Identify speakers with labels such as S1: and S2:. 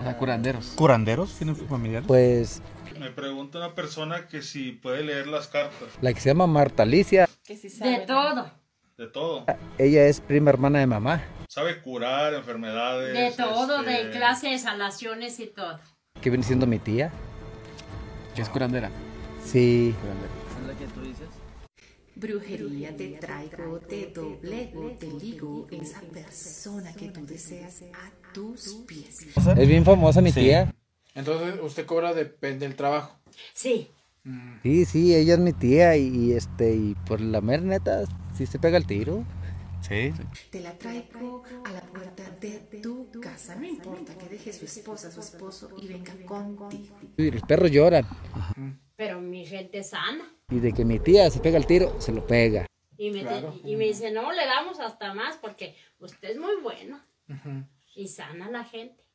S1: O sea, curanderos.
S2: ¿Curanderos? ¿Tienen familiares?
S3: Pues
S4: Me pregunta una persona que si puede leer las cartas.
S3: la que se llama Marta Alicia,
S5: Que sí sabe.
S6: De todo,
S4: De todo.
S3: ella es prima hermana de mamá,
S4: Sabe curar enfermedades.
S6: de todo,
S4: este,
S6: de clase de sanaciones y todo.
S3: que viene siendo mi tía.
S1: Que es curandera.
S3: Sí,
S1: curandera.
S7: Brujería te traigo, te doblego, te ligo esa persona que tú deseas a tus pies.
S3: es bien famosa mi
S2: Sí.
S3: tía.
S8: Entonces, usted cobra depende del trabajo.
S6: Sí,
S3: Sí, sí, ella es mi tía y, y, este y por la mer neta sí se pega el tiro.
S2: Sí.
S7: Te la traigo a la puerta de tu casa. No importa que deje su esposa, su esposo y venga contigo.
S3: Y los perros lloran
S6: pero mi gente sana.
S3: y de que mi tía se pega el tiro, se lo pega.
S6: Y me,
S8: Claro.
S6: y me dice, no, le damos hasta más porque usted es muy bueno
S8: Ujú.
S6: y sana a la gente.